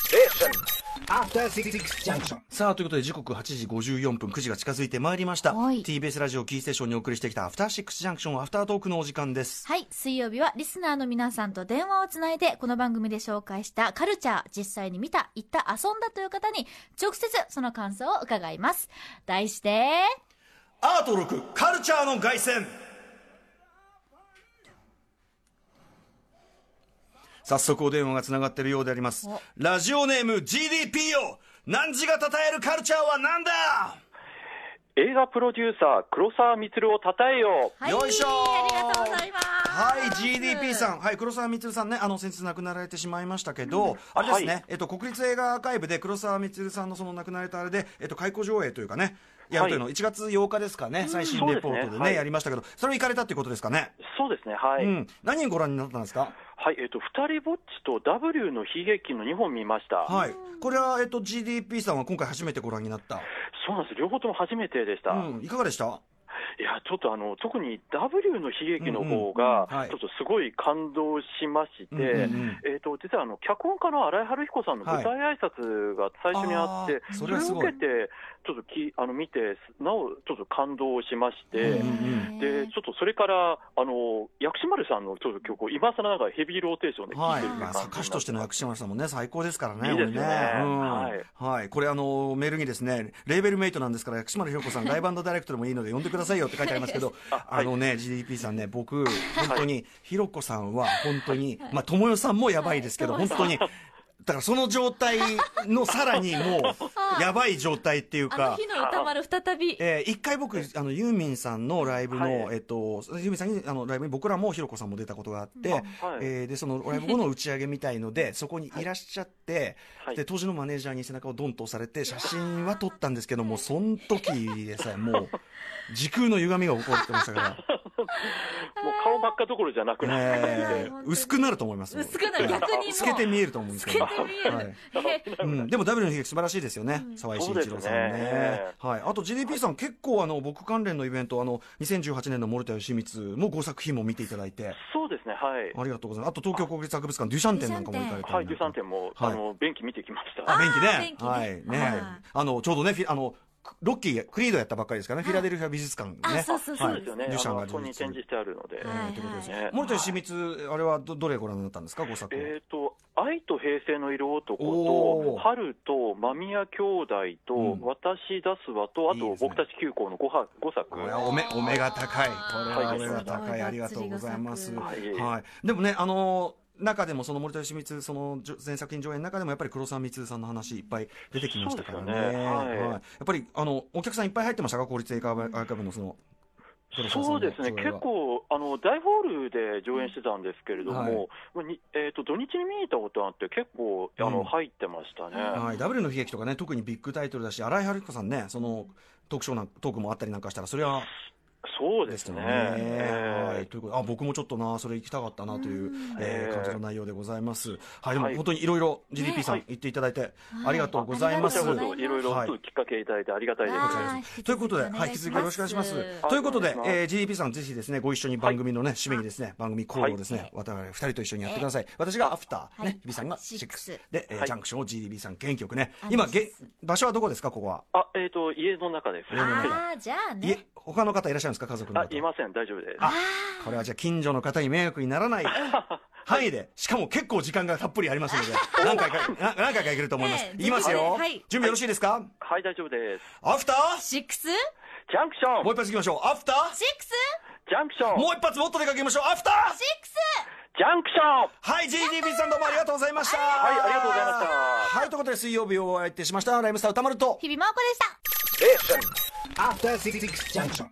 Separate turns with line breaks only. Station. After Six Junction.
さあ、ということで時刻8時54分、9時が近づいてまいりました。
はい
TBS ラジオキーステーションにお送りしてきたアフターシックスジャンクションアフタートークのお時間です。
はい、水曜日はリスナーの皆さんと電話をつないで、この番組で紹介したカルチャー、実際に見た、行った、遊んだという方に、直接その感想を伺います。題して、
アート6、カルチャーの凱旋早速お電話がつながっているようであります
お。
ラジオネーム GDP を汝が称えるカルチャーは何だ
映画プロデューサー黒沢満をたたえよう
はい、
よいしょー
ありがとうございます。
はい、GDP さん、はい、黒沢光さんね、あの、先日亡くなられてしまいましたけど、あれですね、
はい
えっと、国立映画アーカイブで黒沢光さんのその亡くなられたあれで、えっと、開校上映というかね、やるというのを1月8日ですかね、最新レポー
そう
ト
で
ですね、
ねはい
やりましたけど、それ行かれたっていうことですかね。
そうですねはい、
うん。何人ご覧になったんですか
はいえっ、と二人ぼっちと W の悲劇の2本見ました、
はい。これは、えっと、GDP さんは今回初めてご覧になった。
そうなんです両方とも初めてでした、
うん。いかがでした
いやちょっとあの特に W の悲劇の方が、
うんうんはい
ちょっとすごい感動しまして、
うんうんうん
えっと実はあの脚本家の新井春彦さんの舞台挨拶が最初にあって、
はいあーそ
そ
れ
れ
はす
を
ご
受
い
けて、ちょっときあの見て、なおちょっと感動しまして。
うん
でちょっとそれから、あの薬師丸さんのちょっと曲を今更ながらヘビーローテーションで聴
はいい。
てるって
ま
感
あ、
じ
作詞としての薬師丸さんもね、最高ですからね、
いいですよね
俺うん
は
はい
い。
これ、あの、メールにですね、レーベルメイトなんですから、薬師丸ひろ子さん、ライブダイレクトでもいいので、呼んでくださいよって書いてありますけ ど、あ
はい
のね、GDP さんね、僕、本当に、ひろ子さんは、本当に、まあ、ともよさんもやばいですけど、
はい
本当に、だからその状態のさらにも う、やばい状態っていう
あ
か
の、日の歌丸再び。
えー一回僕、あの、ユーミンさんのライブの、
はい
えっと、ユーミンさんに、あの、ライブに僕らもひろこさんも出たことがあって、えーで、そのライブ後の打ち上げみたいので、そこにいらっしゃって、
はい
で、当時のマネージャーに背中をドンと押されて、写真は撮ったんですけども、その時でさえ、もう、時空の歪みが起こってましたから、
もう顔ばっかどころじゃなくなって、
えー薄くなると思います。
薄くなる逆にもう
透けて見えると思うんです
透
け
けて
ど。
見える。
はい
え
うん、でも W の悲劇素晴らしいですよね、沢井慎一郎さんね
そうですね
はい、あと GDP さん、結構あの僕関連のイベントあの2018年の森田義満も5作品も見ていただいて
そうですね、はい、
ありがとうございますあと東京国立博物館デュシャンテンなんかも行かれて
はい、13点も、
はい
あの便器見てきました。
あ
あ
便器ね
便器ね
はいね
はい
あのちょうどねフィあのクロッキークリードやったばっかりですからねフィラデルフィア美術館ね
あそうそうそう
そう
はい
ですよね、
デュシャ
あ
ン
の
が
あそこに展示してあるので、
はい
えーということです
はい
森田義満あれはどどれご覧になったんですか5作目
えー、と愛と平成の色男
お
と
ー、
春と間宮兄弟と、
うん
私出すわと、あ
いい
と
ですね
僕たち九校の 5, は5作
これはおめお目が高いこれはお目が
は
高い
い
ありがとうございます
は
はい
はい、でもね、あのー中でもその森田芳光そのじょ前作品上映の中でもやっぱり黒沢光さんの話いっぱい出てきましたからね
そうですよねはい
やっぱりあのお客さんいっぱい入ってましたか公立映画アーカイブのその黒沢さん
そ
の
うですね、
上映は
結構あの、大ホールで上演してたんですけれども、
はい
まあにえー、と土日に見に行ったことあって、結構あ
う
の、
ん
入ってましたね。
はい、W の悲劇とかね特にビッグタイトルだし新井春彦さんねそのトークショーなんトークもあったりなんかしたらそれは
そう
で
ですす
よ
ね。
ね。
えー
はい、ということであ僕もちょっとなそれ行きたかったなという、
うん
えー
えー
感じの内容でございます。はい、でも
はい
本当にいろいろ GDP
ね
さん
はい
言っていただいて
はい
ありがとうござい
こ
ます。
ちらこ
ありがとうございます
そいろいろときっかけいただいてありがたいです。
わかり
は
ま
い
すということで、はい、引き続きよろしくお願いします。ということで、
お願いします
えー、GDP さん、ぜひですね、ご一緒に番組のね、締めにですね、番組コールをですね、我々二人と一緒にやってください。私がアフター、
は
ね
い、
日比さんが
シックス
6で、えー
はい
ジャンクションを GDP さん元気よくね
あ。
今、
そう
げ
です
場所はどこですか、ここは。
あ、えっ、と、家の中です。
ああ、じゃあ
いえ
ね。、
他の方いらっしゃるんですか、家族の
あ
方。、
いません、大丈夫です。
あこれはじゃあ、近所の方に迷惑にならない範囲で、しかも結構時間がたっぷりありますの で、何回か、な何回かいけると思います
ね。え
いきます
ぜひ
よ
はい。
準備よろしいですか
はい、大丈夫です。
アフター
シックス
ジャンクション
もう一発いきましょう。アフター
シックス
ジャンクション
もう一発もっと出かけましょう。アフター
シックス
ジャンクション
はい GDP さんどうもありがとうございました
はい、ありがとうございました。
はいということで水曜日をお相手しましたライムスター歌丸と
日々真央子でした
Station. After Six Junction.